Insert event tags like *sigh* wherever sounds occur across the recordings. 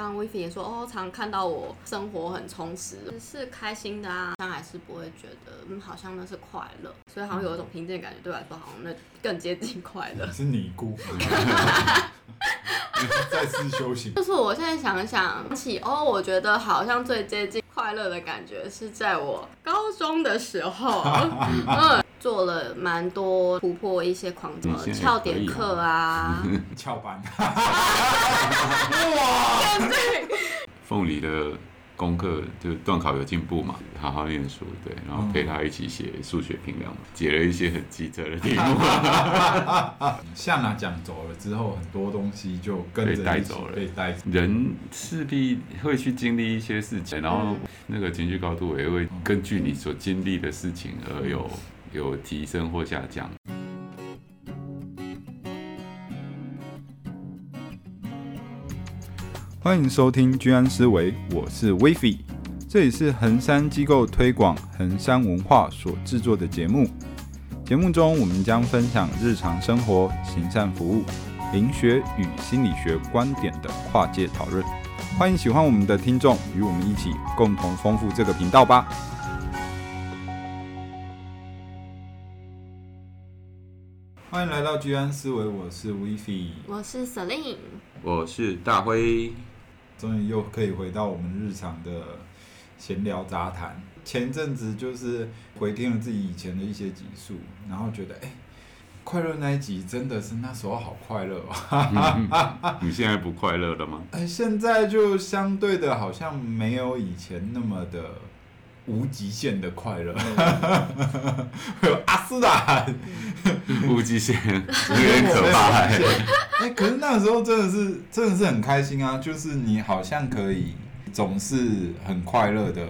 像 w i f i 也说，哦，常看到我生活很充实，是开心的啊，但还是不会觉得，嗯，好像那是快乐，所以好像有一种平静的感觉，对我来说好像那更接近快乐。 *laughs* 是你辜 *laughs* 负，再次修行。就是我现在想想起，哦，我觉得好像最接近快乐的感觉是在我高中的时候， *laughs* 嗯，做了蛮多突破一些框架你，现在翘可点以啊课 *laughs* 啊，翘班，凤梨的功课就是段考有进步嘛，好好念书，对，然后陪他一起写数学评量嘛，解了一些很机车的题目，像啊讲走了之后，很多东西就跟着被带一起走了被带走。人势必会去经历一些事情，然后那个情绪高度也会根据你所经历的事情而有有提升或下降。欢迎收听居安思维，我是 w i f i 这里是衡山机构推广衡山文化所制作的节目。节目中，我们将分享日常生活、行善服务、灵学与心理学观点的跨界讨论。欢迎喜欢我们的听众，与我们一起共同丰富这个频道吧。欢迎来到居安思维，我是 w i f i 我是 Selin，我是大辉，终于又可以回到我们日常的闲聊杂谈。前阵子就是回听了自己以前的一些集数，然后觉得哎、快乐那一集真的是那时候好快乐哦。 *laughs* *laughs* 你现在不快乐了吗？哎，现在就相对的好像没有以前那么的无极限的快乐，会 *laughs* 有阿斯兰，无极限，有点可哎怕、欸。哎、可是那时候真的是真的是很开心啊，就是你好像可以总是很快乐的、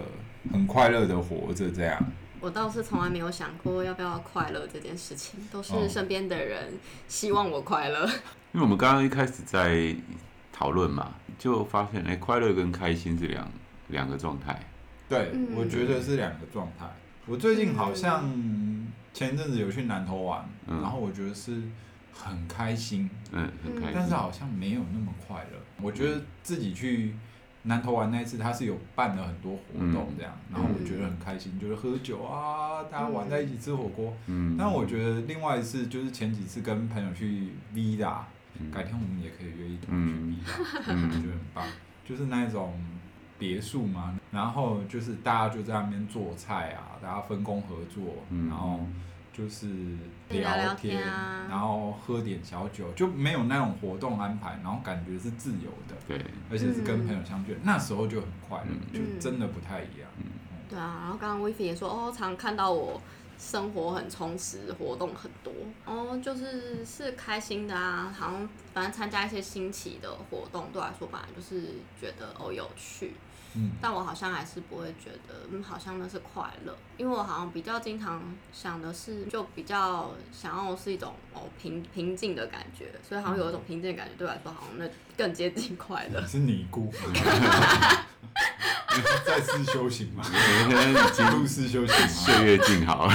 很快乐的活着这样。我倒是从来没有想过要不要快乐这件事情，都哦是身边的人希望我快乐。因为我们刚刚一开始在讨论嘛，就发现哎、快乐跟开心是两两个状态。对，嗯我觉得是两个状态。我最近好像前阵子有去南投玩，嗯然后我觉得是很开心，嗯，很开但心是。啊好像没有那么快乐。我觉得自己去南投玩那一次，他是有办了很多活嗯动这样，然后我觉得很开心，就是喝酒啊，大家玩在一起吃火锅。嗯，但我觉得另外一次就是前几次跟朋友去 V 啦，嗯改天我们也可以约一起去 V 嗯啦。我觉嗯得很棒，就是那一种别墅嘛，然后就是大家就在那边做菜啊，大家分工合作，嗯然后就是聊聊天，天啊然后喝点小酒，就没有那种活动安排，然后感觉是自由的，对， *laughs* 而且是跟嗯朋友相聚，那时候就很快乐，嗯就真的不太一样。对啊，然后刚刚 w i f i 也说，哦，常看到我生活很充实，活动很多，哦，就是是开心的啊，好像反正参加一些新奇的活动，对我来说本来就是觉得哦有趣，嗯，但我好像还是不会觉得，嗯，好像那是快乐，因为我好像比较经常想的是，就比较想要是一种哦平平静的感觉，所以好像有一种平静的感觉，对我来说好像那更接近快乐。是你姑父。再次修行嘛，入世修行嘛。岁月静好，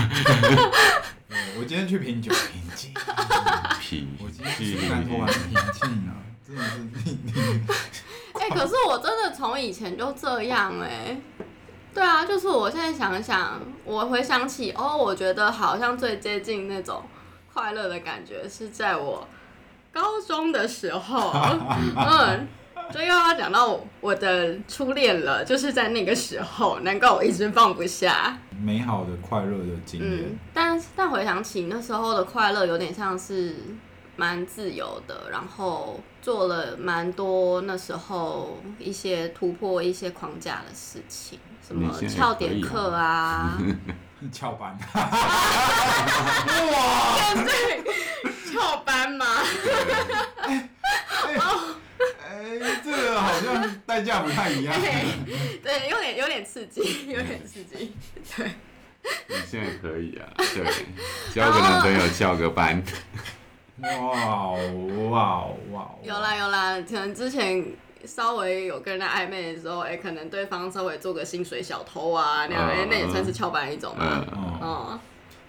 嗯我今天去品酒，平静。疲我今 *laughs* 天疲去南投玩，平静啊，真的是你你 *laughs* 哎、可是我真的从以前就这样哎、对啊，就是我现在想想，我回想起哦，我觉得好像最接近那种快乐的感觉是在我高中的时候，嗯，就又要讲到我的初恋了，就是在那个时候，难怪我一直放不下。美好的、快乐的经嗯验。，但但回想起那时候的快乐，有点像是蛮自由的，然后做了蛮多那时候一些突破一些框架的事情，什么你现在翘点课啊，翘班，翘班吗？哎，这个好像代价不太一样。对，有点有点刺激，有点刺激。你现在可以啊，对，交个男朋友，翘个 *laughs* 班，哇哦哇哦哇哦！有啦有啦，可能之前稍微有跟人家暧昧的时候，哎、可能对方稍微做个薪水小偷啊那样，哎、嗯那也算是翘班一种嘛。嗯，嗯，哦，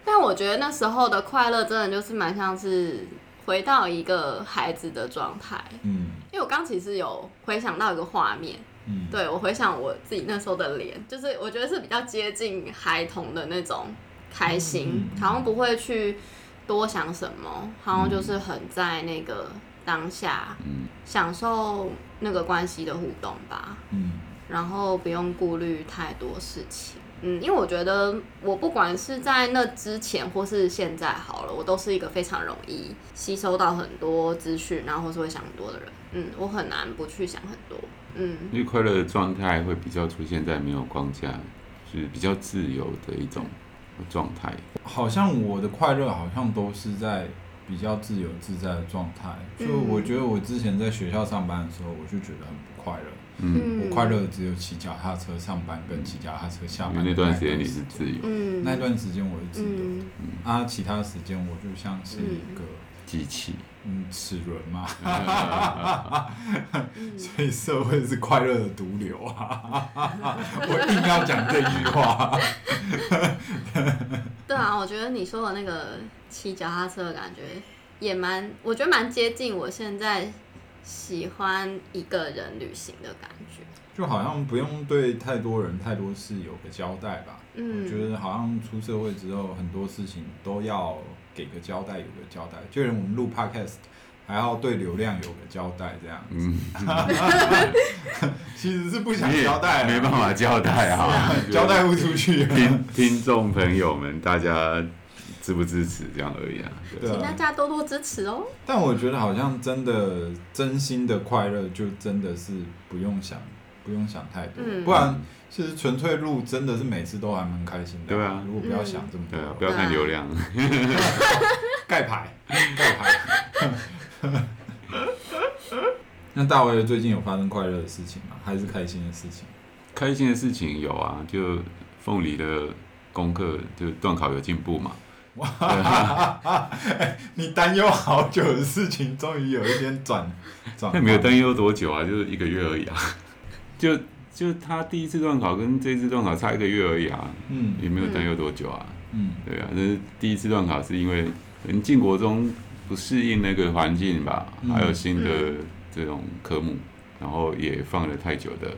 但我觉得那时候的快乐真的就是蛮像是回到一个孩子的状态，嗯，因因为我刚其实有回想到一个画面，嗯，对我回想我自己那时候的脸，就是我觉得是比较接近孩童的那种开心，嗯好像不会去多想什么，好像就是很在那个当下嗯，享受那个关系的互动吧，嗯然后不用顾虑太多事情。嗯，因为我觉得我不管是在那之前或是现在好了，我都是一个非常容易吸收到很多资讯，然后或是会想很多的人。嗯，我很难不去想很多。嗯，因为快乐的状态会比较出现在没有框架，就是比较自由的一种状态。好像我的快乐好像都是在比较自由自在的状态。就嗯我觉得我之前在学校上班的时候，我就觉得很不快乐。嗯，嗯我快乐的只有骑脚踏车上班跟骑脚踏车下因班为的嗯那段时间你是时自由、嗯，那段时间我是自由的嗯啊，其他时间我就像是一个机器，嗯齿轮嘛， *laughs* 嗯所以社会是快乐的毒瘤啊！ *laughs* 我硬要讲这句话，对啊，我觉得你说的那个骑脚踏车的感觉也蛮，我觉得蛮接近我现在喜欢一个人旅行的感觉。就好像不用对太多人、太多事有个交代吧。我觉嗯，得好像出社会之后，很多事情都要给个交代，有个交代。就连我们录 podcast，还要对流量有个交代，这样嗯，其实是不想你也交代啊，没办法交代啊，就 *laughs* 是交代不出 *laughs* 去。听听众朋友们，大家支不支持这样而已啊？对请啊大家多多支持哦。但我觉得好像真的真心的快乐，就真的是不用想，不用想太多，嗯不然其实纯粹录真的是每次都还蛮开心的。对啊如果不要想这么多对，啊，不要看流量，盖牌，盖牌。 *laughs* 那大卫最近有发生快乐的事情吗？还是开心的事 *laughs* 情？开心的事情有啊，就凤梨的功课就断考有进步嘛，哎你担忧好久的事情，终于有一点转转那没有担忧多久啊，就是一个月而已啊， *laughs* 就就他第一次段考跟这一次段考差一个月而已啊，嗯也没有担忧多久啊，嗯对啊，但是第一次段考是因为人进国中不适应那个环境吧，嗯还有新的这种科目，然后也放了太久的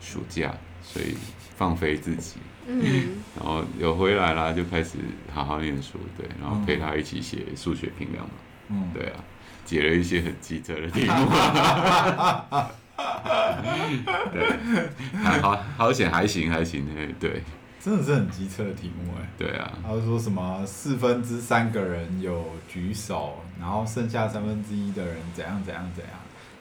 暑假，所以放飞自己， *laughs* 嗯，然后有回来啦，就开始好好念书，对，然后陪他一起写数学评量嘛，嗯，对啊，解了一些很机车的 *laughs* 题目。对，还好好险，还行还行，哎，对真的是很机车的题目哎、对啊，他说什么四分之三个人有举手，然后剩下三分之一的人怎样怎样怎样。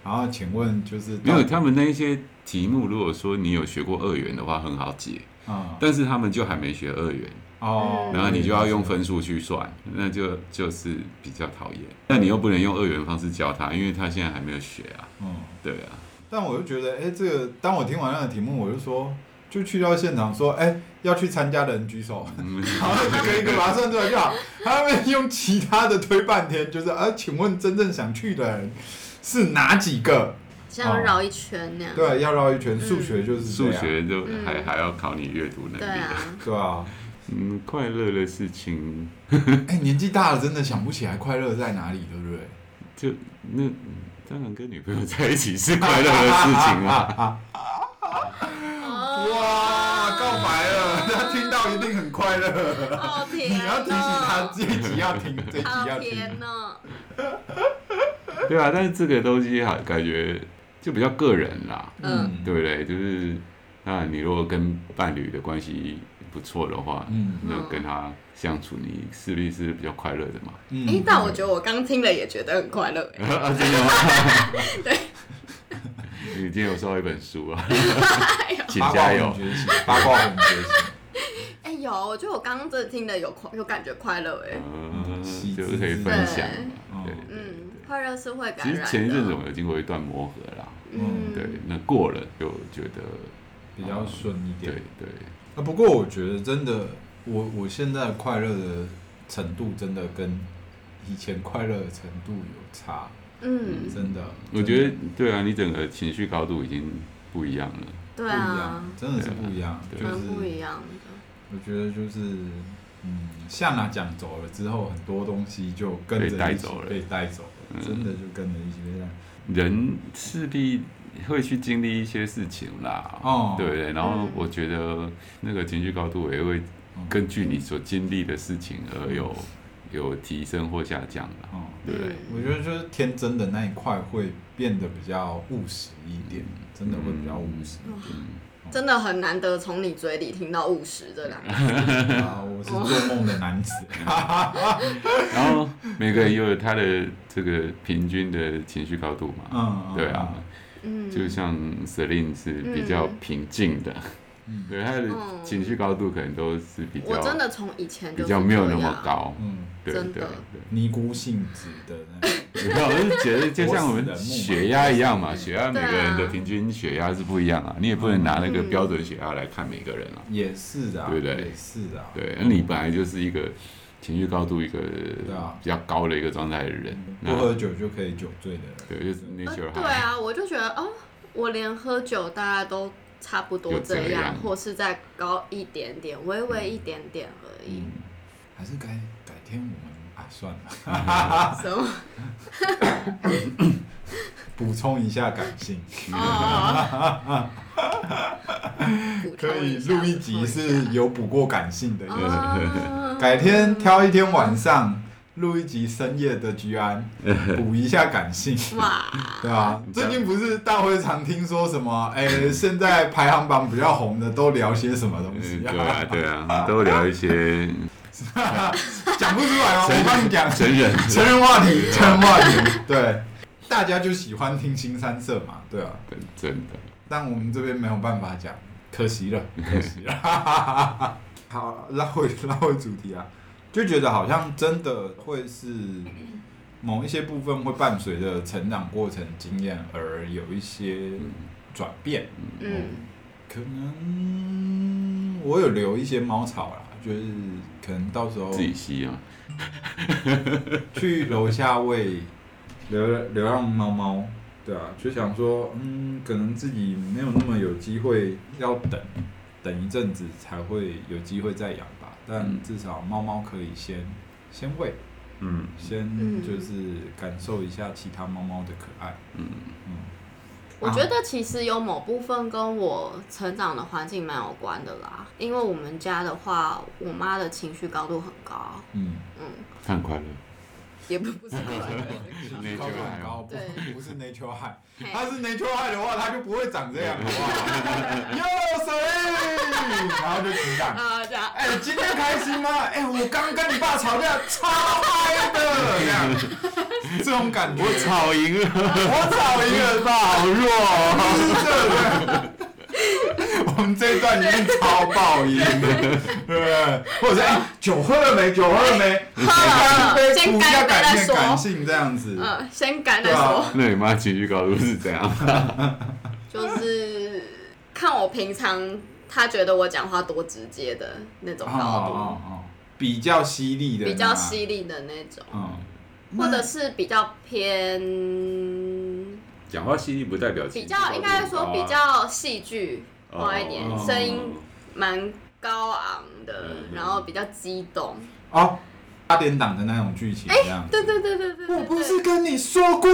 然后请问就是没到有他们那一些题目，如果说你有学过二元的话，很好解，哦嗯但是他们就还没学二元，哦，嗯然后你就要用分数去算，那就就是比较讨厌。那你又不能用二元方式教他，因为他现在还没有学啊，嗯，对 *laughs* 啊，但我就觉得哎，这个当我听完那个题目，我就说就去到现场说哎要去参加的人举手， *laughs* 嗯然后一个一个把它算出来就好。他们用其他的推半天，就是啊，请问真正想去的人是哪几个？像绕一圈那样。对，要绕一圈，数学就是这数样，学就还嗯还要考你阅读能对力啊。啊，对啊。嗯，快乐的事情哎，年纪大了真的想不起来快乐在哪里，对不对？就那当然跟女朋友在一起是快乐的事 *laughs* 情啊，哦，哇，告白了，他听到一定很快乐。好甜 *laughs* 你要提醒他哦，这一集要听，这一集好要听。甜哦。对啊，但是这个东西还感觉就比较个人啦，嗯对不对？就是那你如果跟伴侣的关系不错的话，嗯那跟他相处，你势必是比较快乐的 *laughs* 嘛。哎嗯，，但我觉得我刚听了也觉得很快乐哎。啊，真 *laughs* 的吗？对， *laughs* 你今天有收到一本书啊， *laughs* 请八卦加很油。觉醒，八卦很觉醒。哎、有，我觉得我刚刚真的听的有快有感觉快乐哎、嗯喜，就滋可以滋分享嗯嘛。对， *laughs* 对嗯，快乐是会感其染实的。前一阵子我们有经过一段磨合啦，嗯，对，那过了就觉得比较顺一对点。对，啊，不过我觉得真的，我我现在快乐的程度真的跟以前快乐的程度有差，嗯，真的。我觉得对啊，你整个情绪高度已经不一样了。对真的不一样啊，，真的是不一样，对就蛮、是不一样的。我觉得就是，嗯，夏娜讲走了之后，很多东西就跟着被带一起走了嗯被带走了，真的就跟着一起被带。人势必会去经历一些事情啦，哦对不对？然后嗯我觉得那个情绪高度也会哦嗯根据你所经历的事情而有有提升或下降啦，哦，对不对？嗯我觉得就是天真的那一块会变得比较务实一点，嗯真的会比较务实。嗯真的很难得从你嘴里听到务实这两个字。嗯 *laughs* 啊，我是做梦的男子，嗯然后每个人又有他的这个平均的情绪高度嘛，嗯嗯对啊，嗯，就像 Selin 是比较平静的，嗯对他的嗯情绪高度可能都是比我较真的从以前就比是较没有那这么样。啊高，嗯，对对真的对。尼姑性质的那种，没有，我是觉得就像我们血压一样嘛，血压每对啊个人的平均血压是不一样啊，你也不能拿那个标准血压来看每个人啊。也是的、啊，对不对也是的、啊，对，那你本来就是一个情绪高度一个啊比较高的一个状态的人，嗯不那喝酒就可以酒醉的人，对就是那呃 a 对啊，我就觉得哦，我连喝酒大家都差不多有这样，样或是再高一点点，微嗯微一点点而已。还是该改天我们啊，算 *laughs* 了，*laughs* 什么？补充一下感性，哦，补充啊可以下录一集是有补过感性的补 *laughs* 一充个一人，下啊改天挑一天晚上录一集深夜的居 *laughs* 安，补一下感性。 *laughs* 哇，对啊，最近不是大会常听说什么？哎、现在排行榜比较红的都聊些什么东嗯西对啊？啊，对啊，都聊一些讲不出来哦，我帮你讲。成人，成人话题，成人话题，对，大家就喜欢听新三色嘛，对啊，真的，但我们这边没有办法讲，可惜了，嗯可惜了。 *laughs* 好，拉回拉回主题啊，就觉得好像真的会是某一些部分会伴随着成长过程经验而有一些嗯转变，嗯可能我有留一些猫草啦，就是可能到时候自己吸啊，去楼下喂流流浪猫猫，对啊，就想说，嗯，可能自己没有那么有机会，要等等一阵子才会有机会再养吧。但至少猫猫可以先先喂，嗯先嗯就是感受一下其他猫猫的可爱。嗯，嗯，我觉得其实有某部分跟我成长的环境蛮有关的啦，因为我们家的话，我妈的情绪高度很高，嗯，嗯，看快乐，也不不是很 *laughs* 高 Nature 高很 high 高，哦对不不是 nature high，嘿它是 nature high 的话，它就不会长这样，好不好？有谁？然后就鼓掌。啊，这样，哎、今天开心吗？哎、我刚跟你爸吵架，超嗨的，这样，这种感觉，我吵赢了，吵一个爸，好弱哦，我们这一段一定超爆音的，对不对？或者是、哎酒喝了没？酒喝了没？喝了杯先补一干下杯感再性，感说，性这样子，嗯，先干再对啊说，那你妈情绪高度是怎样？就是看我平常她觉得我讲话多直接的那种高哦，比较犀利度，的，比较，犀利的那种，嗯，或者是比较偏讲话犀利不代表比较应该哦说比较戏剧化一点，声音蛮高昂的嗯，嗯然后比较激动。哦，八点档的那种剧情，这样子。哎对对对对对，对我不是跟你说过，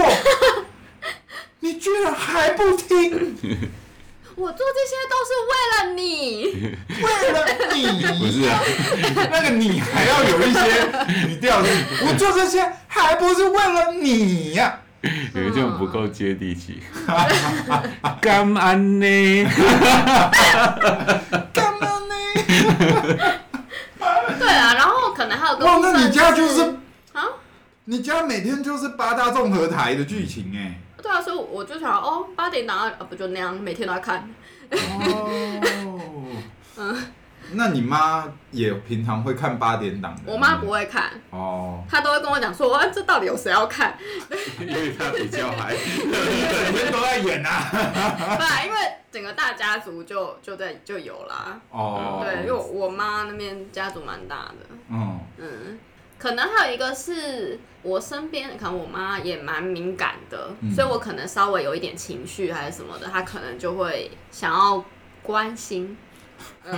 你居然还 *laughs* 不听，我做这些都是为了你。为了不你。是啊，那个你还要有一些语调是，我做这些还不是为了你呀、 *laughs* 有一种不够接地气。嗯干 *laughs* 安呢？干嘛呢？对啊，然后可能还有个哇，部分那你家就是啊，你家每天就是八大综合台的剧情哎、对啊，所以我就想哦，八点档啊，不就那样，每天都在看。哦，那你妈也平常会看八点档的？我妈不会看， *laughs* 哦， *laughs* 她都会跟我讲说，啊，这到底有谁要看？因为他比较还每天都在演啊。对啊，因为整个大家族就就在就有啦。哦，对，因为我我妈那边家族蛮大的。嗯，嗯，可能还有一个是我身边，可能我妈也蛮敏感的，嗯所以我可能稍微有一点情绪还是什么的，她可能就会想要关心，我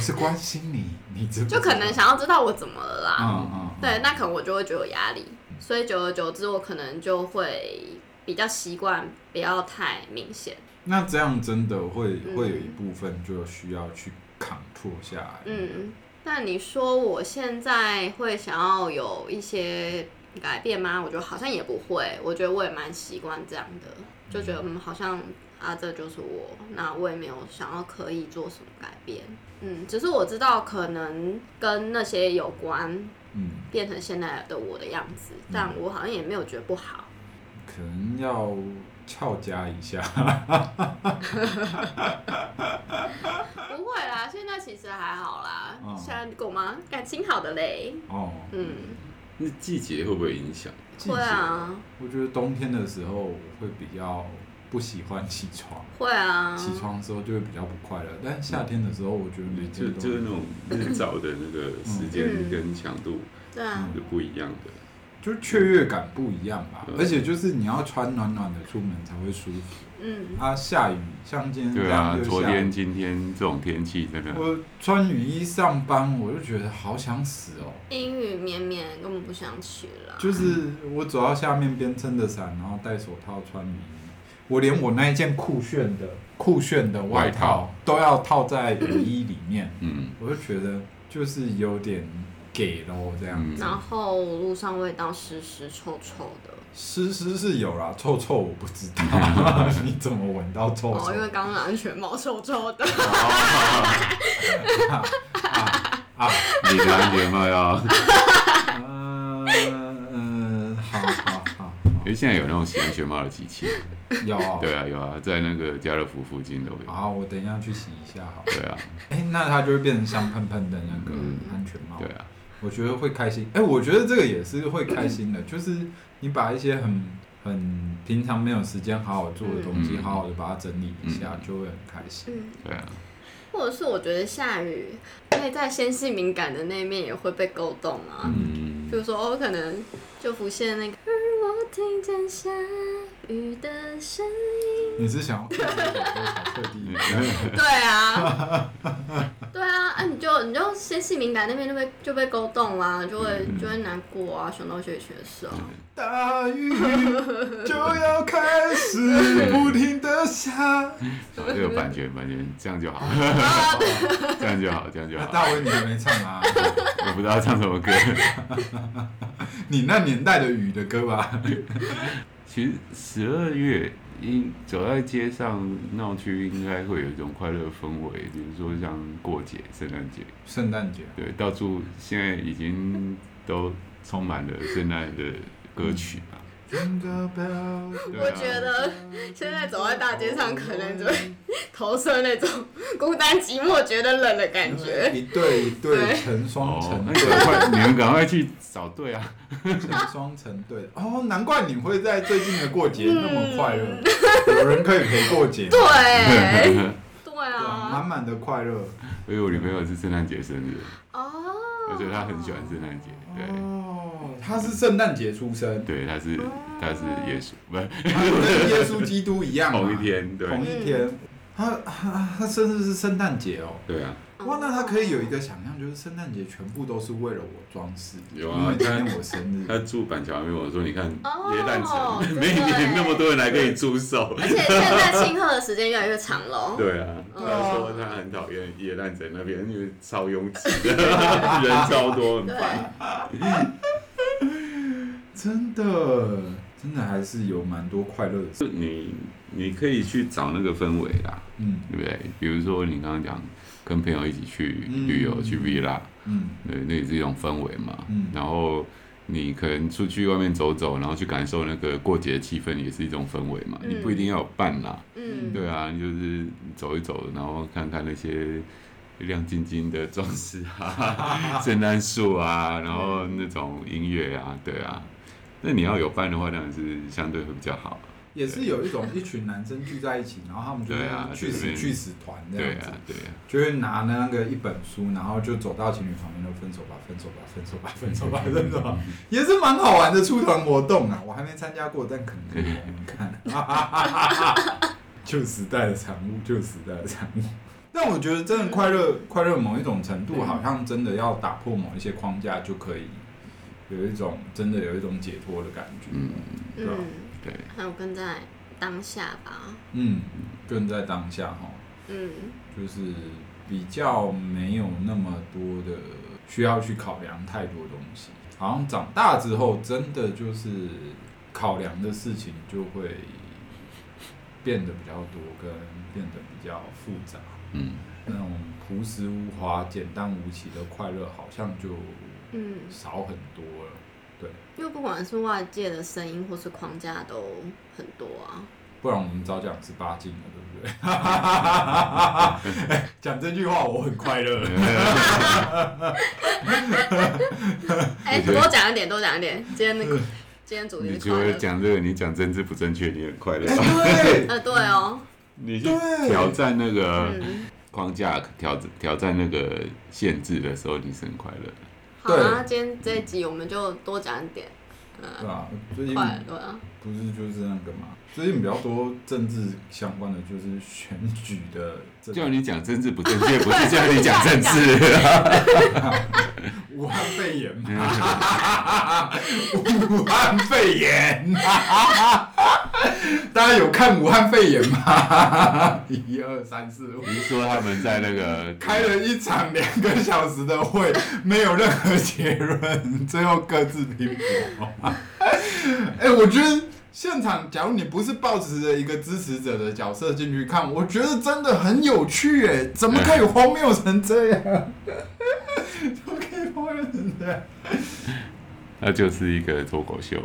是关心你，你知不知就道可能想要知道我怎么了啦。嗯嗯，对，那可能我就会觉得有压力。所以久而久之，我可能就会比较习惯不要太明显。那这样真的会嗯会有一部分就需要去 control 下来。，嗯，那你说我现在会想要有一些改变吗？我觉得好像也不会，我觉得我也蛮习惯这样的，就觉得嗯，好像啊，这就是我，那我也没有想要可以做什么改变。嗯，只是我知道可能跟那些有关，嗯，变成现在的我的样子，但我好像也没有觉得不好。可能要俏加一下。 *laughs* 不会啦，现在其实还好啦，嗯现在跟我妈感情好的嘞。哦，嗯，那季节会不会影响？季节会，啊，我觉得冬天的时候我会比较不喜欢起床，会啊，起床的时候就会比较不快乐。但夏天的时候，我觉得每就天都嗯就是那种日照的那个时嗯间跟强度对啊，是不一样的。就是雀跃感不一样吧嗯，而且就是你要穿暖暖的出门才会舒服。嗯，啊，下雨像今天这对样啊，又昨下天、雨，今天这种天气真的，我穿雨衣上班，我就觉得好想死哦。阴雨绵绵，根本不想起了。就是我走到下面边撑着伞，然后戴手套穿雨衣，我连我那一件酷炫的酷炫的外外套套都要套在雨衣里面，嗯，我就觉得就是有点给喽这样嗯子。然后路上味道湿湿臭臭的，湿湿是有啦，臭臭我不知道， *laughs* 你怎么闻到臭臭哦，因为刚刚安全帽臭臭的， *laughs* 啊？你的安全帽要， *laughs* 嗯嗯，好好好，因为现在有那种洗安全帽的机器，有啊对啊有啊，在那个家乐福附近都有，好，我等一下去洗一下好了。对啊哎、那它就会变成香喷喷的那个嗯安全帽。对啊，我觉得会开心。哎、我觉得这个也是会开心的，就是你把一些很很平常没有时间好好做的东西，嗯好好的把它整理一下，嗯就会很开心。嗯，对啊，或者是我觉得下雨，内在纤细敏感的那一面也会被勾动啊。嗯比，如说，哦我可能就浮现那个，而我听见下雨的声音。你是想要看这首歌才特地嗯对啊，对啊，啊，你就你就纤细敏感那边就被就被勾动啦、就会就会难过啊，想到这些事啊。大雨就要开始不停的下。好 *laughs* 这个版权版权，这样就好，啊 *laughs* 这样就好，这样就那好，啊大卫你还没唱啊？ *laughs* 我不知道唱什么歌。你那年代的雨的歌吧？其实十二月，应走在街上闹区，应该会有一种快乐氛围，比如说像过节、圣诞节，圣诞节对，到处现在已经都充满了圣诞的歌曲嘛。 Jingle bell，对啊我觉得现在走在大街上，可能就会投射那种孤单寂寞、觉得冷的感觉。 *laughs* 一对一对对成双哦成，那对。赶快，你们赶快去找对啊！成双成对哦，难怪你会在最近的过节那么快嗯乐，有人可以陪过节，啊对对，对啊，啊，满满的快乐因为我女朋友是圣诞节生日，哦，而且她很喜欢圣诞节，对。哦。他是圣诞节出生，对，她是她是耶稣，不是他跟耶稣基督一样嘛，同一天，对哦同一天。他他他生日是圣诞节哦，对啊，嗯哇，那他可以有一个想象，就是圣诞节全部都是为了我装饰，有啊因为今天我生她日，住板桥那边，我说你看哦耶诞城，真的每耶年那么多人来跟你祝寿，而且现在清河的时间越来越长喽。 *laughs* 对啊，他嗯说他很讨厌夜烂城那边，因为超拥挤 *laughs* 的，人超多，很对，烦。真的真的还是有蛮多快乐的事，就你你可以去找那个氛围啦，嗯对不对？比如说你刚刚讲跟朋友一起去嗯旅游、去 villa，嗯对，那也是一种氛围嘛。嗯然后你可能出去外面走走，然后去感受那个过节的气氛，也是一种氛围嘛。嗯你不一定要有伴啦，嗯，对啊，你就是走一走，然后看看那些亮晶晶的装饰 *laughs* 啊， *laughs* 圣诞树啊，然后那种音乐啊，对啊。那你要有伴的话，当然是相对会比较好。也是有一种一群男生聚在一起，然后他们就对啊是去就是死去死团这对样子啊，，对啊，就会拿那个一本书，然后就走到情侣旁边，就分手吧，分手吧，分手吧，分手吧，分手吧，也是蛮好玩的出团活动啊。我还没参加过，但可能可以玩玩看。旧时代的产物，旧时代的产物。但我觉得真的快乐，快乐某一种程度，好像真的要打破某一些框架就可以有一种真的有一种解脱的感觉。嗯，对啊嗯，对，还有跟在当下吧，嗯，更在当下哈，嗯就是比较没有那么多的需要去考量太多东西。好像长大之后，真的就是考量的事情就会变得比较多，跟变得比较复杂。 *laughs* 嗯那种朴实无华、简单无奇的快乐，好像就嗯，少很多了。对，因为不管是外界的声音或是框架都很多啊，不然我们早讲十八禁了，对不对？ *laughs* 哎讲这句话我很快乐。哎、我觉得多讲一点，多讲一点，今天那个今天主你题是除快了乐，讲这个，你讲政治不正确，你很快乐。对，呃，对哦，你 *laughs* 去对挑战那个嗯，框架，挑挑战那个限制的时候，你是很快乐的。好啊，对今天这一集我们就多讲一点，对啊，最近呃快乐啊，不是就是那个嘛，最近比较多政治相关的，就是选举的政叫治，你讲政治不正确，不是叫你讲 *laughs* 政治。 *laughs* 武汉肺炎嘛，武汉肺炎， *laughs* 大家有看武汉肺炎吗？ *laughs* 一二三四五。你是说他们在那个开了一场两个小时的会，没有任何结论，最后各自拼搏。哎、我觉得现场，假如你不是抱持着一个支持者的角色进去看，我觉得真的很有趣哎，怎么可以荒谬成这样？ *laughs* 怎么可以荒谬成这样？那就是一个脱口秀。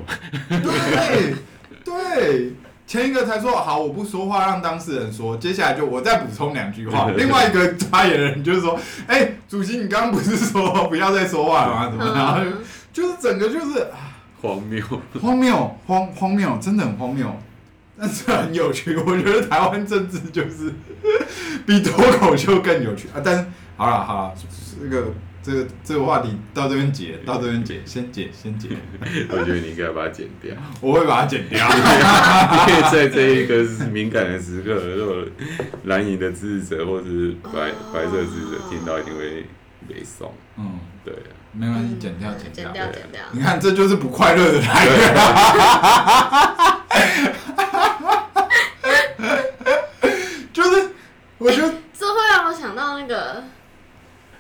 对对，前一个才说好我不说话，让当事人说，接下来就我再补充两句话。另外一个发言人就是说，哎、主席你刚刚不是说不要再说话了吗？怎么？然后嗯，就就是整个就是啊 *laughs* 荒 *laughs* 谬，荒谬荒荒谬，真的很荒谬。但是很有趣，我觉得台湾政治就是 *laughs* 比脱口秀更有趣啊！但是好了好了，这个这个这个话题到这边解，到这边解，先解先解，我觉得你应该把它剪 *laughs* 掉，我会把它剪掉。因为在这一个敏感的时刻，如果蓝营的支持者或是白啊白色支持者听到，一定会被送。嗯。对啊，没关系，剪掉，剪掉。剪掉，剪掉，你看，这就是不快乐的来源。就是，我觉得这会让我想到那个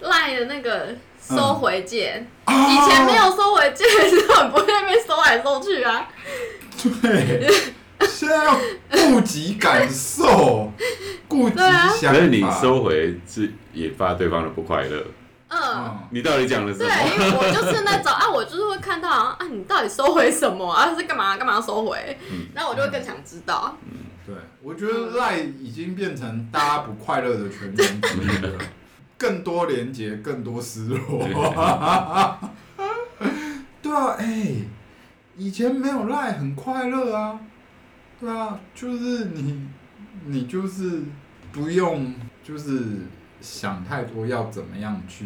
赖的那个收回键，啊以前没有收回键的时候，你不会在那边收来收去啊。对，现在要顾及感受，顾及对啊想可法。是你收回是引发对方的不快乐。嗯，嗯，你到底讲了什对，么？因为我就是那种啊，我就是会看到啊，你到底收回什么啊？是干嘛干嘛要收回嗯？然后我就会更想知道。对，我觉得赖已经变成大家不快乐的全员之一了，更多连结，更多失落。 *laughs* 对啊，哎、以前没有赖很快乐啊，对啊，就是你，你就是不用，就是想太多要怎么样去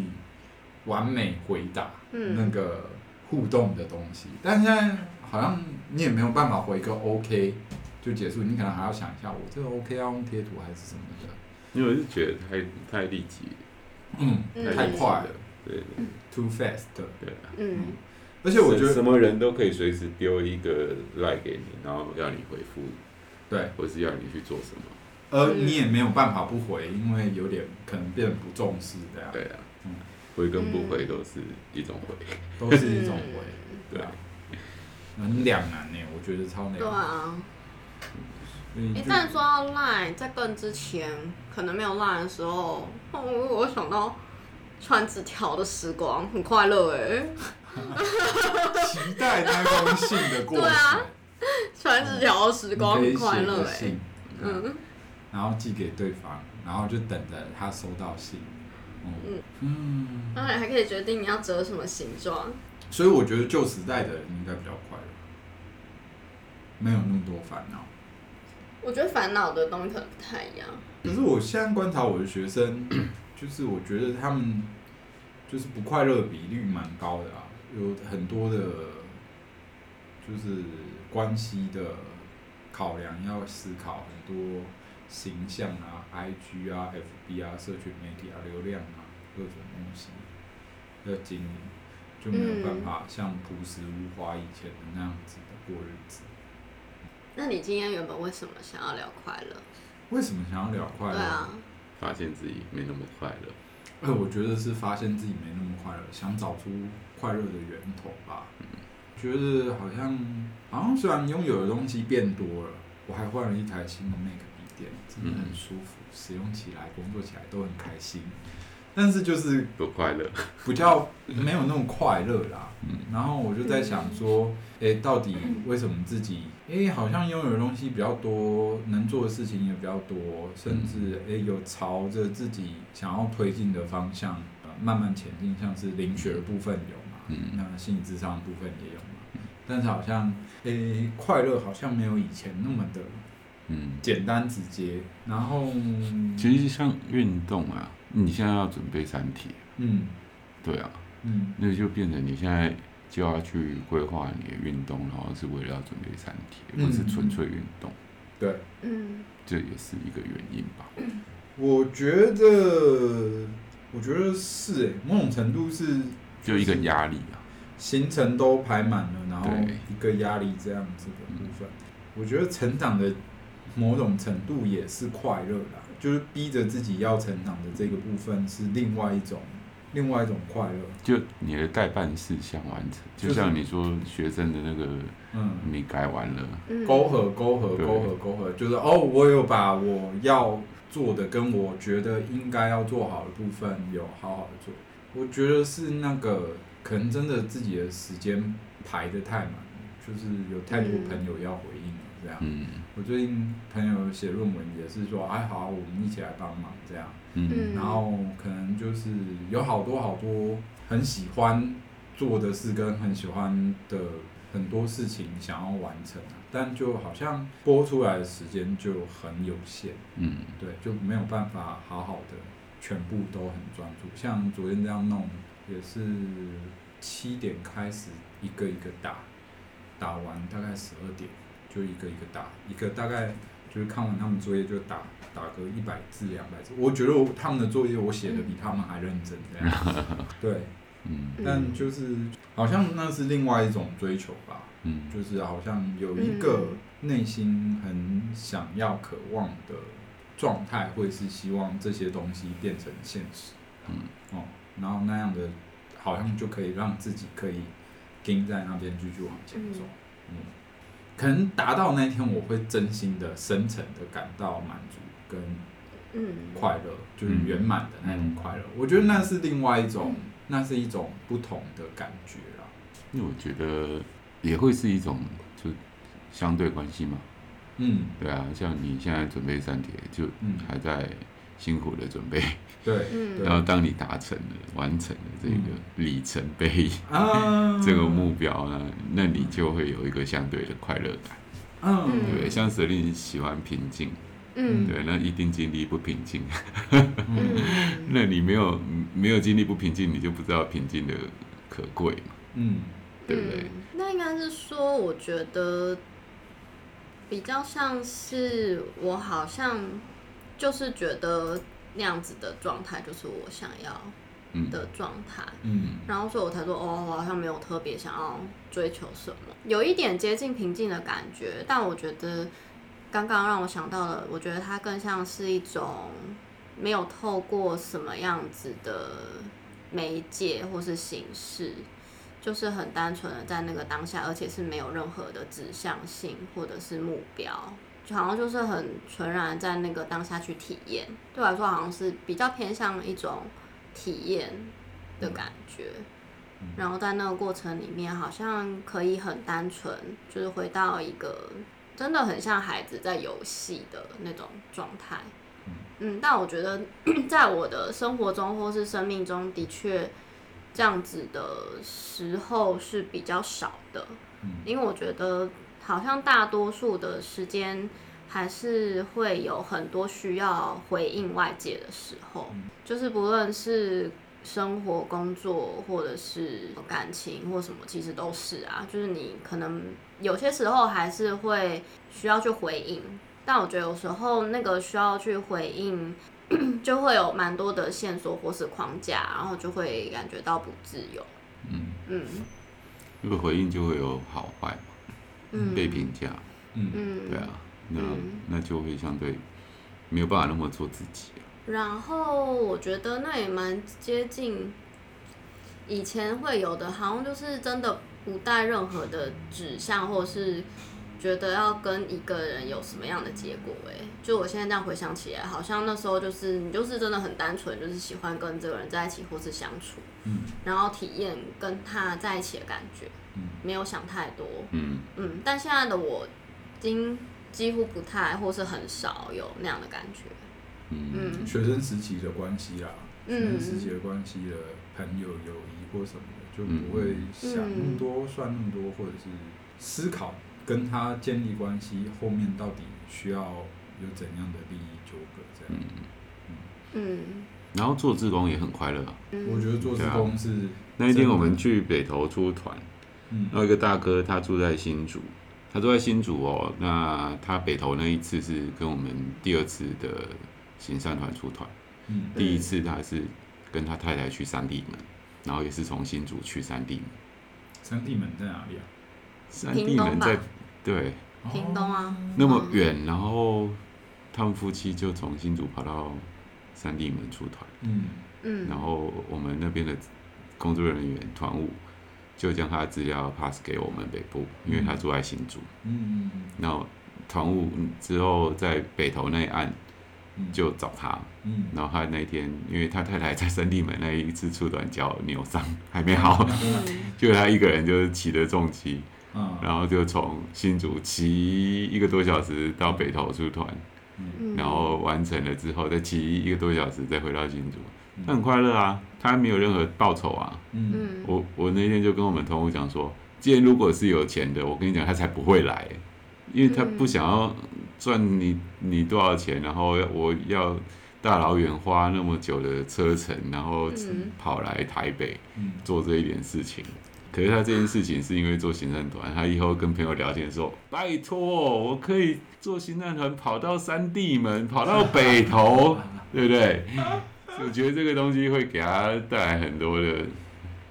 完美回答嗯那个互动的东西，但现在好像你也没有办法回个 OK 就结束，你可能还要想一下，我这个 OK 要用贴图还是什么的，因为我是觉得太太利己，嗯，嗯太快了对对，too fast，对啊。嗯，而且我觉什得么人都可以随时丢一个赖给你，然后要你回复，对。或是要你去做什么。而你也没有办法不回，因为有点可能变得不重视这样，对啊嗯，回跟不回都是一种回。都是一种回，对啊，很两难呢，我觉得超对难。啊。所以一就旦说到 Line，在更之前可能没有 Line 的时候，哦，我想到传纸条的时光很快乐哎、期待那封信的过对啊程，传纸条的时光你可很快以写乐个哎、信，嗯，嗯，然后寄给对方，然后就等着他收到信。嗯嗯，然后你还可以决定你要折什么形状，所以我觉得旧时代的人应该比较快乐，没有那么多烦恼。我觉得烦恼的东西可能不太一样。可是我现在观察我的学生， *clears throat* 就是我觉得他们就是不快乐的比率蛮高的啊，有很多的，就是关系的考量要思考很多形象啊、IG 啊、FB 啊、社群媒体啊、流量啊各种东西要经营，就没有办法像朴实无华以前的那样子的过日子。那你今天原本为什么想要聊快乐？为什么想要聊快对乐？啊，发现自己没那么快乐。哎，我觉得是发现自己没那么快乐，想找出快乐的源头吧。觉得好像好像虽然拥有的东西变多了，我还换了一台新的 Mac 笔电，真的很舒服，使用起来、工作起来都很开心。但是就是不快乐，比较没有那么快乐啦。嗯，然后我就在想说，诶，到底为什么自己，诶，好像拥有的东西比较多，能做的事情也比较多，甚至诶，有朝着自己想要推进的方向、呃慢慢前进，像是灵学的部分有嘛，嗯那心理智商的部分也有嘛，但是好像，诶，快乐好像没有以前那么的嗯，简单直接，然后，嗯其实像运动啊，你现在要准备三体，嗯对啊，嗯那就变成你现在就要去规划你的运动，然后是为了要准备三体，而嗯不是纯粹运动，对。嗯，这也是一个原因吧。我觉得，我觉得是、欸，某种程度是就一个压力啊，行程都排满了，然后对一个压力这样子的部分，我觉得成长的某种程度也是快乐啦，就是逼着自己要成长的这个部分是另外一种，另外一种快乐。就你的代办事项完成，就是就像你说学生的那个嗯，你改完了，嗯勾合勾合对勾合勾合，就是哦，我有把我要做的跟我觉得应该要做好的部分有好好的做。我觉得是那个可能真的自己的时间排的太满，就是有太多嗯朋友要回应了这样。嗯我最近朋友写论文也是说，哎好，我们一起来帮忙这样。嗯嗯然后可能就是有好多好多很喜欢做的事跟很喜欢的很多事情想要完成啊，但就好像播出来的时间就很有限，嗯，对，就没有办法好好的全部都很专注。像昨天这样弄也是七点开始一个一个打，打完大概十二点就一个一个打，一个大概就是看完他们作业就打打个一百字两百字。我觉得我他们的作业我写的比他们还认真，这样对，嗯但就是好像那是另外一种追求吧。嗯，就是好像有一个内心很想要、渴望的状态，会是希望这些东西变成现实。嗯，哦，然后那样的好像就可以让自己可以盯在那边继续往前走。嗯，可能达到那一天，我会真心的、深层的感到满足跟嗯快乐，就是圆满的那嗯种快乐。我觉得那是另外一种，那是一种不同的感觉啦。因为我觉得也会是一种就相对关系嘛，嗯，对啊，像你现在准备三铁，就嗯还在辛苦的准备，对，嗯对然后当你达成了、完成了这个里程碑、啊，这个目标呢，那你就会有一个相对的快乐感，嗯嗯对，像舍令喜欢平静，嗯对，那一定经历不平静，嗯 *laughs* 那你没有没有经历不平静，你就不知道平静的可贵嘛，嗯对不对嗯？那应该是说，我觉得比较像是我好像就是觉得那样子的状态，就是我想要嗯，的状态。嗯然后所以我才说，哦，我好像没有特别想要追求什么，有一点接近平静的感觉。但我觉得刚刚让我想到了，我觉得它更像是一种没有透过什么样子的媒介或是形式，就是很单纯的在那个当下，而且是没有任何的指向性或者是目标。就好像就是很纯然地在那个当下去体验，对我来说好像是比较偏向一种体验的感觉。然后在那个过程里面，好像可以很单纯，就是回到一个真的很像孩子在游戏的那种状态。嗯，但我觉得 *clears throat* 在我的生活中或是生命中，的确这样子的时候是比较少的，因为我觉得好像大多数的时间还是会有很多需要回应外界的时候，就是不论是生活、工作，或者是感情或什么，其实都是啊。就是你可能有些时候还是会需要去回应，但我觉得有时候那个需要去回应， *clears throat* 就会有蛮多的线索或是框架，然后就会感觉到不自由。嗯嗯嗯那个回应就会有好坏嘛，嗯，被评价，嗯嗯，对啊，那、嗯那就会相对没有办法那么做自己、啊，然后我觉得那也蛮接近以前会有的，好像就是真的不带任何的指向，或是觉得要跟一个人有什么样的结果、欸。就我现在这样回想起来，好像那时候就是你就是真的很单纯，就是喜欢跟这个人在一起或是相处，嗯，然后体验跟他在一起的感觉，嗯，没有想太多，嗯，嗯，但现在的我已经几乎不太或是很少有那样的感觉，嗯，嗯。学生时期的关系啦，学生嗯时期的关系的朋友友谊或什么的，就不会想那么多、算那么多，或者是思考跟他建立关系后面到底需要有怎样的利益纠葛这样。嗯然后做志工也很快乐、啊。我觉得做志工是那一天我真们的去北投出团，嗯然后一个大哥他住在新竹，他住在新竹哦。那他北投那一次是跟我们第二次的行善团出团，嗯第一次他是跟他太太去三地门，然后也是从新竹去三地门。三地门在哪里啊？三地门在屏东吧对屏东啊哦那么远，然后他们夫妻就从新竹跑到三地门出团，嗯嗯，然后我们那边的工作人员团务就将他的资料 pass 给我们北部，因为他住在新竹。嗯嗯然后团务之后在北投那一岸嗯，就找他，嗯然后他那一天因为他太太在三地门那一次出短脚扭伤还没好，嗯就他一个人就是骑着重机，啊然后就从新竹骑一个多小时到北投出团，嗯然后完成了之后再骑一个多小时再回到新竹，他很快乐啊，他没有任何报酬啊。嗯嗯我我那天就跟我们同务讲说，既然如果是有钱的，我跟你讲，他才不会来，因为他不想要赚你你多少钱，然后要我要大老远花那么久的车程，然后嗯跑来台北嗯做这一点事情。可是他这件事情是因为做行政团，他以后跟朋友聊天说：“拜托，我可以做行政团，跑到三地门，跑到北投，对不对？”我觉得这个东西会给他带来很多的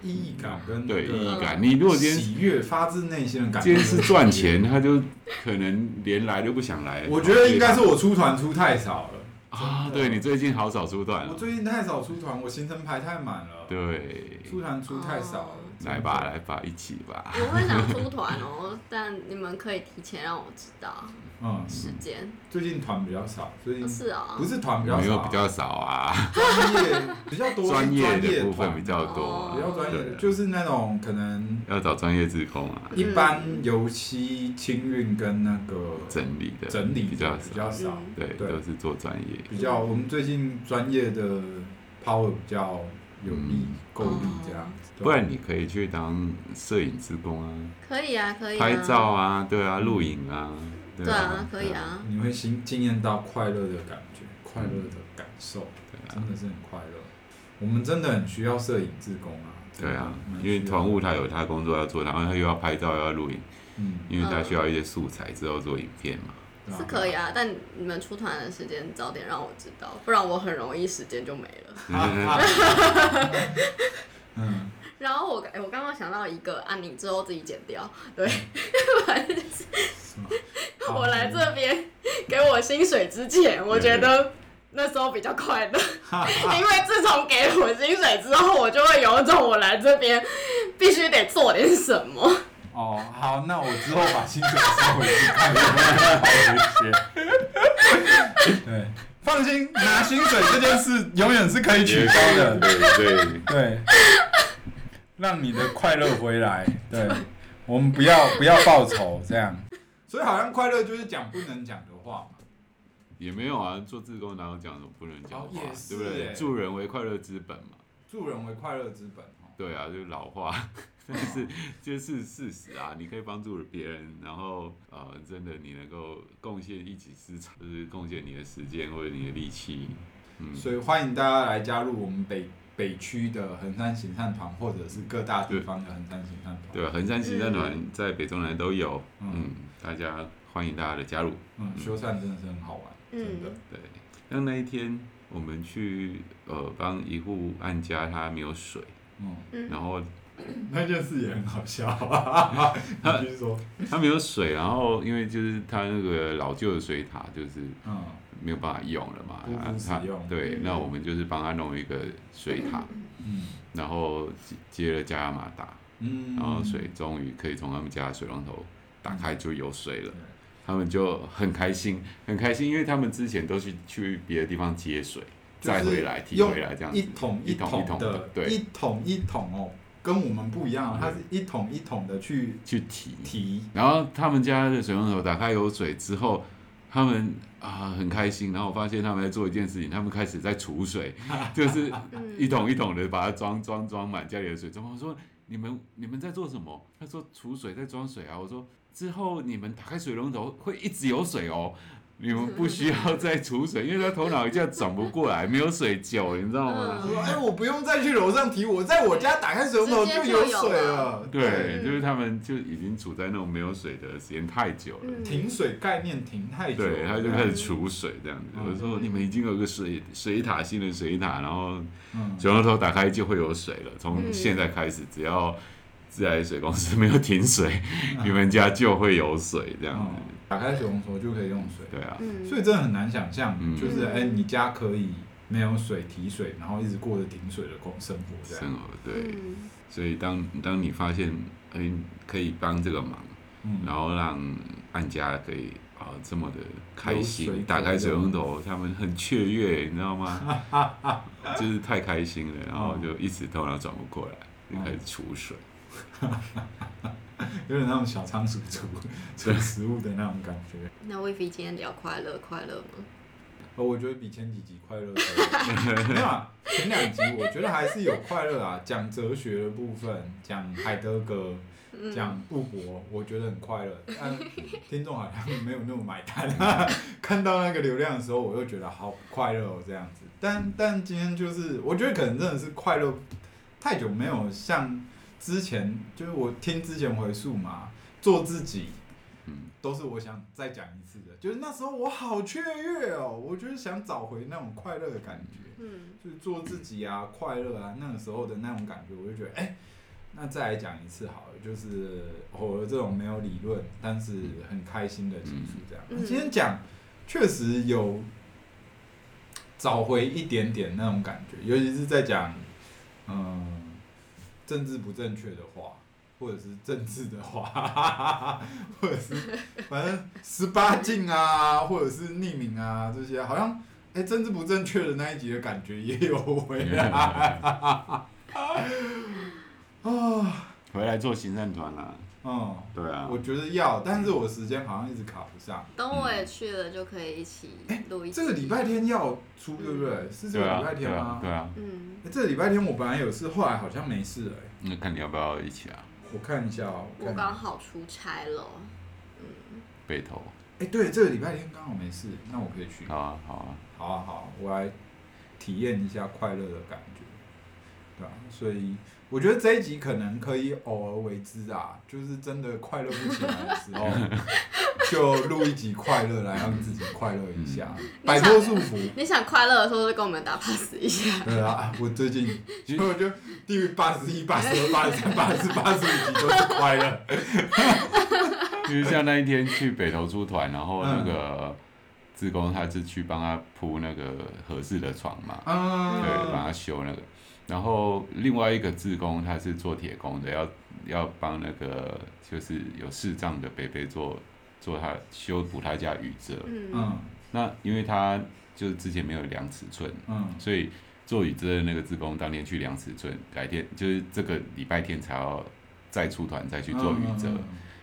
意义感跟对那个意义感。你如果今天喜悦发自内心的感觉。今天是赚钱，哎他就可能连来都不想来。我觉得应该是我出团出太少了，啊，对你最近好少出段我了，最近太少出团，我行程排太满了，对，出团出太少了。来吧，来吧，一起吧。我会想出团哦，但你们可以提前让我知道嗯，时间。最近团比较少，最近是啊，不是团比较没有少，比较少啊，专业比较多是专业的部分团比较多，哦啊比较专业的，对就是那种可能要找专业志工啊，一般油漆清运跟那个整理的整理比较比少，较少，嗯对，对都是做专业。比较我们最近专业的 power 比较有力嗯够力哦这样子，对不然你可以去当摄影志工啊，可以啊，可以啊拍照，啊，对啊，录影啊，对啊，可以。啊，你会经经验到快乐的感觉，快乐的感受，对啊真的是很快乐。我们真的很需要摄影志工啊，真的对啊蛮，需因要为团务他有他工作要做，然后他又要拍照，又要录影，嗯，因为他需要一些素材之后做影片 *laughs* 嘛。 *laughs* 对啊是可以啊，但你们出团的时间早点让我知道，不然我很容易时间就没了。嗯，然后我哎我刚刚想到一个，啊，你之后自己剪掉。对，嗯 *laughs* 好我来这边给我薪水之前，我觉得那时候比较快乐。 *laughs* 因为自从给我薪水之后，我就会有一种我来这边必须得做点什么。哦，好，那我之后把薪水收回去，看有没有好一些。对，放心，拿薪水这件事永远是可以取消的。对对， *laughs* 对，让你的快乐回来。对，我们不要不要报仇这样。所以好像快乐就是讲不能讲的话嘛。也没有啊，做志工哪有讲什么不能讲的哦话也，是对不对？欸助人为快乐之本嘛。助人为快乐之本哦。对啊，就是老话，但是就是事实啊，你可以帮助别人，然后呃，真的你能够贡献一己之长，就是贡献你的时间或者你的力气，嗯，所以欢迎大家来加入我们北北区的横山行善团，或者是各大地方的横山行善团。对吧、啊横山行善团在北中南都有，嗯嗯，大家欢迎大家的加入，嗯，修缮真的是很好玩，真的。嗯对。像那一天我们去呃帮一户按家，他没有水，嗯嗯然后 *laughs* 那件事也很好笑 *laughs* 啊！你继续说，它没有水，然后因为就是它那个老旧的水塔就是嗯，没有办法用了嘛，不敷使它用对，那我们就是帮他弄一个水塔，嗯然后接接了加压马达，嗯，然后水终于哦可以从他们家的水龙头打开就有水了对。他们就很开心，很开心，因为他们之前都去去别的地方接水，就是再回来提回来这样子，一桶一桶桶一桶的对一桶一桶哦，跟我们不一样啊，它对是一桶一桶的去去提。提，然后他们家的水龙头打开有水之后，他们啊很开心。然后我发现他们在做一件事情，他们开始在 *laughs* 储水，就是嗯一桶一桶的把它装装装满家里的水。装满。我说你们你们在做什么？他说储水在装水啊。我说之后你们打开水龙头会一直有水哦。你们不需要再储水，因为他头脑一下转不过来，没有水久，你知道吗？他说：“哎，我不用再去楼上提，我在我家打开水龙头嗯直接就有有水了了。”对，嗯就是他们就已经处在那种没有水的时间太啊久了，嗯停水概念停太久了，对，他就开始储水这样子。嗯我说你们已经有个水水塔新的水塔，然后嗯，水龙头打开就会有水了。从嗯现在开始，只要自来水公司没有停水，你们家就会有水这样嗯打开水龙头就可以用水子。，对啊，嗯，所以真的很难想象，嗯就是嗯哎，你家可以没有水提水，然后一直过着停水的工生活这样。生活对。嗯所以当当你发现哎可以帮这个忙，嗯然后让按家可以啊、这么的开有心水，打开水龙头，他们很雀跃，你知道吗？就是太开心了，然后就一直头脑转不过来，就开始储水。有点那种小仓鼠煮煮食物的那种感觉。那魏飞今天聊快乐，快乐吗？哦，我觉得比前几集快乐多了 *laughs* 没有啊，前两集我觉得还是有快乐啊， *laughs* 讲哲学的部分，讲海德格，讲布博，我觉得很快乐。但听众好像没有那么买单、啊 *laughs* 看到那个流量的时候，我又觉得好快乐哦，这样子。但但今天就是，我觉得可能真的是快乐太久没有像之前，就是我听之前回溯嘛，做自己，嗯，都是我想再讲一次的，就是那时候我好雀跃哦，我就是想找回那种快乐的感觉，嗯就是做自己啊，快乐啊，那个时候的那种感觉，我就觉得，哎、那再来讲一次好了，就是我的这种没有理论，但是很开心的技术这样。嗯那今天讲确实有找回一点点那种感觉，尤其是在讲嗯政治不正确的话，或者是政治的话， *laughs* 或者是反正十八禁啊，或者是匿名啊这些，好像哎、政治不正确的那一集的感觉也有回来啊，回来做行善团啦、嗯。对啊，我觉得要，但是我时间好像一直卡不上。等我也去了，就可以一起录一集哎这个礼拜，天要出，对不对？是这对个礼啊，拜天对啊吗，？对啊，嗯，哎这个礼拜天我本来有事，后来好像没事了、哎那看你要不要一起啊？我看一下哦、我我看一下刚好出差了，背头，哎、对，这个礼拜天刚好没事，那我可以去。好啊，好啊，好啊，好啊，我来体验一下快乐的感觉，对吧、所以我觉得这一集可能可以偶尔为之啊，就是真的快乐不起来的时 *laughs* 候，就录一集快乐来让自己快乐一下，嗯摆脱束缚。你想快乐的时候就跟我们打 pass 一下，对啊，我最近因为我就地狱八十一、八十二、八十三、八十八十五集都是快乐。 *laughs* 就是像那一天去北投出团，然后那嗯个志工他是去帮他铺那个合适的床嘛，嗯，对，帮他修那个。然后另外一个志工他是做铁工的，要要帮那个就是有视障的北北做做他修补他家雨遮。嗯嗯那因为他就是之前没有量尺寸，嗯所以做雨遮的那个志工当天去量尺寸，改天就是这个礼拜天才要再出团再去做雨遮，嗯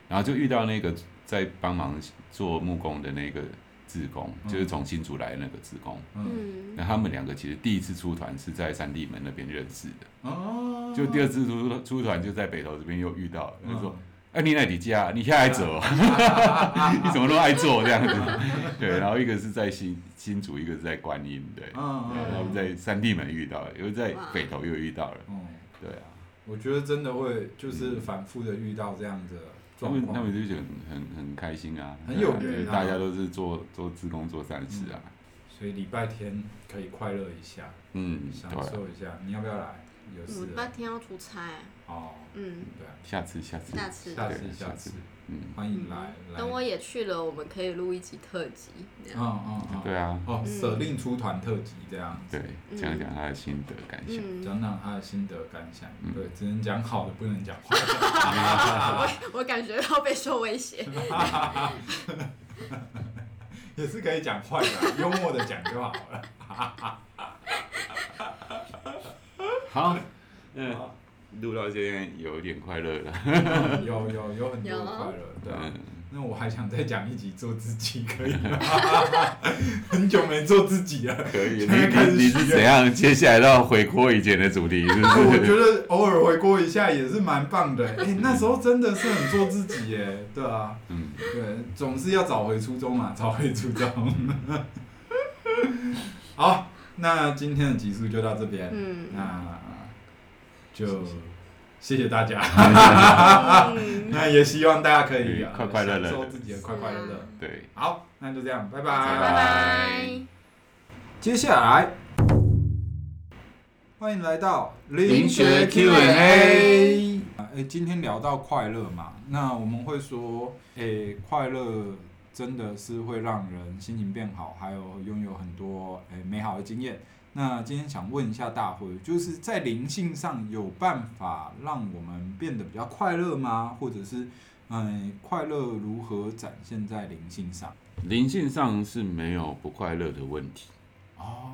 然后就遇到那个在帮忙做木工的那个志工，嗯就是从新竹来的那个志工。嗯嗯那他们两个其实第一次出团是在三地门那边认识的，哦，就第二次出出团就在北投这边又遇到了，他就说嗯。哎、你哪里家？你现在爱 *laughs* 走哦？你怎么都爱做这样子？对，然后一个是在新新竹，一个是在观音，对，对嗯然后在三地门遇到了，又在哇北投又遇到了，嗯，对啊，我觉得真的会嗯就是反复的遇到这样子的他状们他况，们就觉得很很很开心啊，很有对缘啊大家都是做做自工做善事啊，所以礼拜天可以快乐一下，嗯，享对啊，受一下。你要不要来？有我事礼了拜天要出差，哦，嗯，对啊，下次，下次，下次下次对啊下下次次，嗯，欢迎来嗯来，等我也去了，我们可以录一集特辑。这样嗯嗯嗯，对啊，哦，嗯舍令出团特辑这样，对，讲讲他的心得感想。嗯，讲讲他的心得感想，嗯对，只能讲好的，不能讲坏的。 *laughs* 我感觉到备受威胁。也是可以讲坏的啊、幽默的讲就好了。 *laughs* 好，嗯，录到这边有一点快乐了。有有有很多有的快乐，对啊嗯。那我还想再讲一集做自己，可以吗？ *laughs* 很久没做自己 *laughs* 了，可以，你现在开始你你许是愿怎样？接下来要回锅以前的主题，是不我是？觉得偶尔回顾一下也是蛮棒 *laughs* 的。哎、那时候真的是很做自己耶，对啊，嗯，对，总是要找回初衷嘛， *laughs* 找回初衷。好，那今天的集数就到这边， *laughs* 嗯，那就谢谢大家。嗯 *laughs* 那也希望大家可以呃嗯快快乐乐的享受自己的快快乐乐。 *laughs* 对。好，那就这样，拜拜拜。拜。接下来，欢迎来到林学 Q&A。啊哎，今天聊到快乐嘛，那我们会说，哎，快乐真的是会让人心情变好，还有拥有很多哎美好的经验。那今天想问一下大会，就是在灵性上有办法让我们变得比较快乐吗？或者是，嗯，快乐如何展现在灵性上？灵性上是没有不快乐的问题，哦，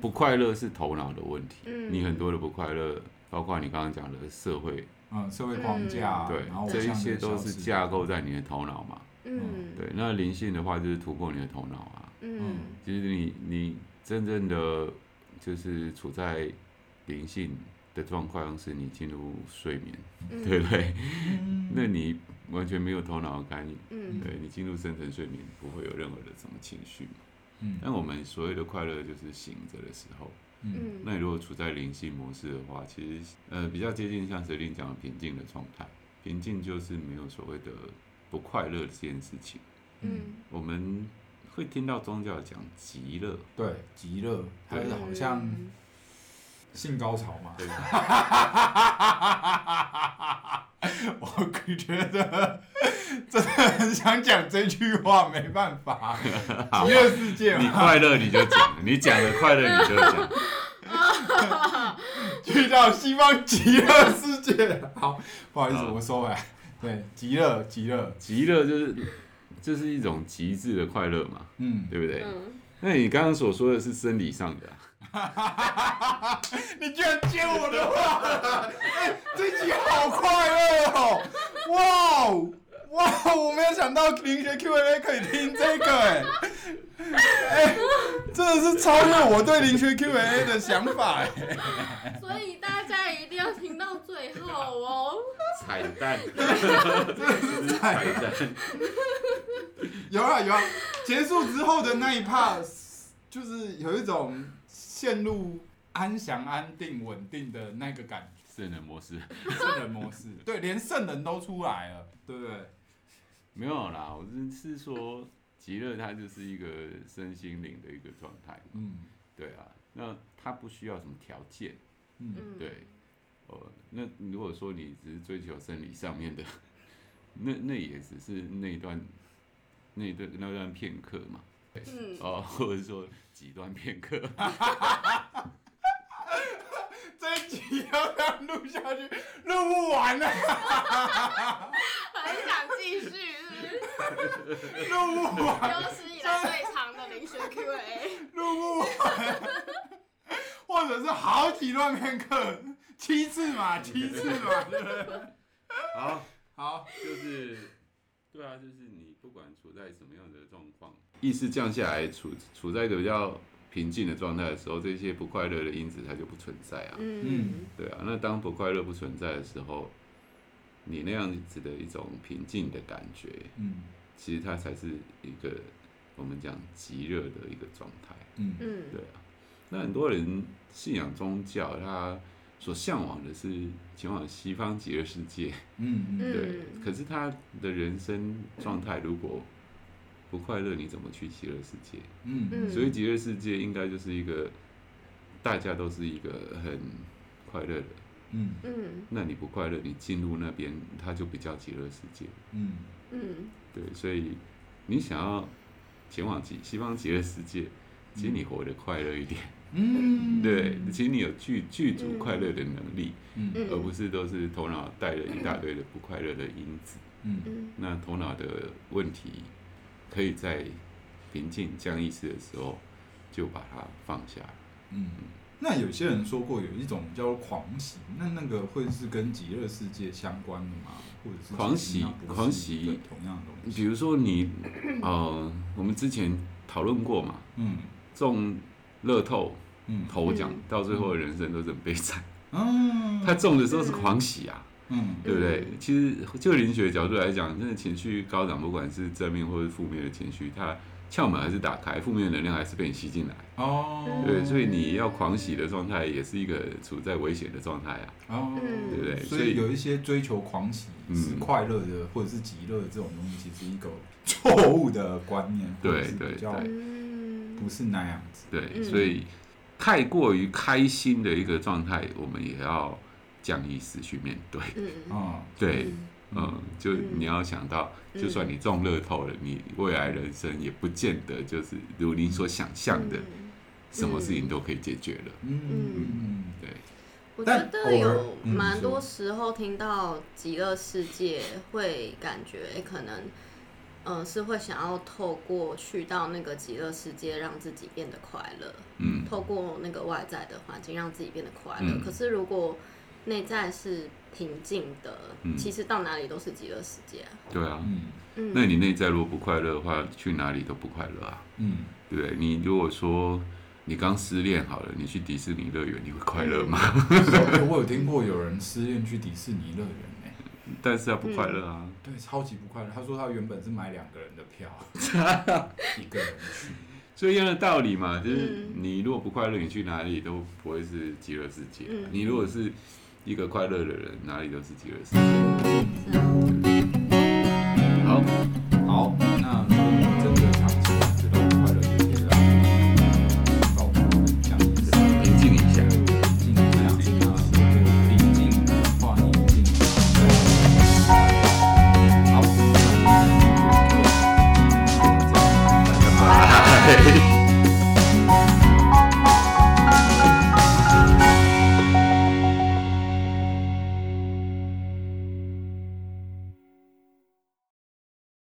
不快乐是头脑的问题。嗯你很多的不快乐，包括你刚刚讲的社会，嗯，社会框架，对然后，这偶一像些的都消是失架构在你的头脑嘛。嗯对，那灵性的话就是突破你的头脑啊。嗯其实你你真正的就是处在灵性的状况，是你进入睡眠，嗯对不对？嗯那你完全没有头脑的干预，嗯对你进入深层睡眠不会有任何的什么情绪。嗯但我们所谓的快乐就是醒着的时嗯候。嗯那你如果处在灵性模式的话，其实呃比较接近像蛇令讲的平静的状态。平静就是没有所谓的不快乐这件事情。嗯我们会听到宗教讲极乐，对，极乐，它对是好像性高潮嘛。对 *laughs* 我觉得真的很想讲这句话，没办 *laughs* 法，极乐世界你嘛，快乐你就讲，你讲的快乐你就讲。去到西方极乐世界。好，不好意思，好我收回来。对，极乐，极乐，极乐就是就是一种极致的快乐嘛，嗯，对不对？嗯，那你刚刚所说的是生理上的啊、你居然接我的话 *laughs* 了！哎、这集好快乐哦！哇哦哇哦，我没有想到灵学 Q&A 可以听这个哎、哎、真的是超越我对灵学 Q&A 的想法哎、所以大家一定要听到最后哦。彩蛋，彩蛋，哎有啊有啊，结束之后的那一 part 就是有一种陷入安详、安定、稳定的那个感觉，圣人模式圣人模式，对，连圣人都出来了，对不对？没有啦，我是是说极乐它就是一个身心灵的一个状态，嗯对啊，那它不需要什么条件，嗯。嗯，对，哦，那如果说你只是追求生理上面的， *laughs* 那那也只是那一段。那一段那段片刻嘛，嗯，哦，或者说几段片刻，这一集要不要录下去？录不完啊了，很想继续，是不是？ *laughs* 录不完，有史以来最长的零学 Q&A，录不完，或者是好几段片刻，七次嘛，七次嘛，对不对？好，好，就是，对啊，就是你不管处在什么样的状况，意识降下来，处处在一个比较平静的状态的时候，这些不快乐的因子它就不存在啊。嗯对啊，那当不快乐不存在的时候，你那样子的一种平静的感觉，嗯其实它才是一个我们讲极热的一个状态。嗯对嗯啊，那很多人信仰宗教，他所向往的是前往西方极乐世界。嗯嗯，对嗯，可是他的人生状态如果不快乐，你怎么去极乐世界？嗯嗯所以极乐世界应该就是一个大家都是一个很快乐的，嗯嗯那你不快乐，你进入那边，它就比较极乐世界。嗯嗯对，所以你想要前往极西方极乐世界，其实你活得快乐一点。嗯，对，其实你有具具足快乐的能力，嗯嗯，而不是都是头脑带了一大堆的不快乐的因子。嗯嗯那头脑的问题，可以在平静降意识的时候就把它放下。嗯。那有些人说过有一种叫做狂喜，那那个会是跟极乐世界相关的吗？啊或者是狂喜那不是狂喜一个同样的东比西？如说你，呃，我们之前讨论过嘛，嗯中乐透嗯头奖嗯到最后的人生都是很悲惨。嗯，他中的时候是狂喜啊，嗯对不对嗯？其实就灵学角度来讲，真的情绪高涨，不管是正面或是负面的情绪，它窍门还是打开，负面能量还是被你吸进来。哦，对，所以你要狂喜的状态，也是一个处在危险的状态啊。哦，嗯对不对所所以以有一些追求狂喜嗯是快乐的，或者是极乐的这种东西，其实一个错误的观念，对或者是比较对嗯不是那样子。对，嗯所以太过于开心的一个状态，我们也要降意识去面 *laughs* 对。嗯啊，对，嗯嗯，就嗯你要想到，嗯就算你中乐透了，你未来人生也不见得就是如您所想象的，嗯什么事情都可以解决了。嗯对，我觉但得偶尔有嗯蛮你多说时候听到极乐世界，会感觉、诶可能，呃，是会想要透过去到那个极乐世界，让自己变得快乐，嗯。透过那个外在的环境让自己变得快乐。嗯可是如果内在是平静的，嗯其实到哪里都是极乐世界、啊。对啊，嗯嗯，那你内在如果不快乐的话，去哪里都不快乐啊，嗯，对不对？你如果说你刚失恋好了，你去迪士尼乐园，你会快乐吗？嗯 *laughs* 我有听过有人失恋去迪士尼乐园诶，嗯 *laughs* 但是他不快乐啊，对，超级不快乐。他说他原本是买两个人的 *laughs* 票，一个人去，所以一样的道理嘛，就是嗯你如果不快乐，你去哪里都不会是极乐世界啊、嗯你如果是啊一个快乐的人，哪里都是极乐世界。是啊好，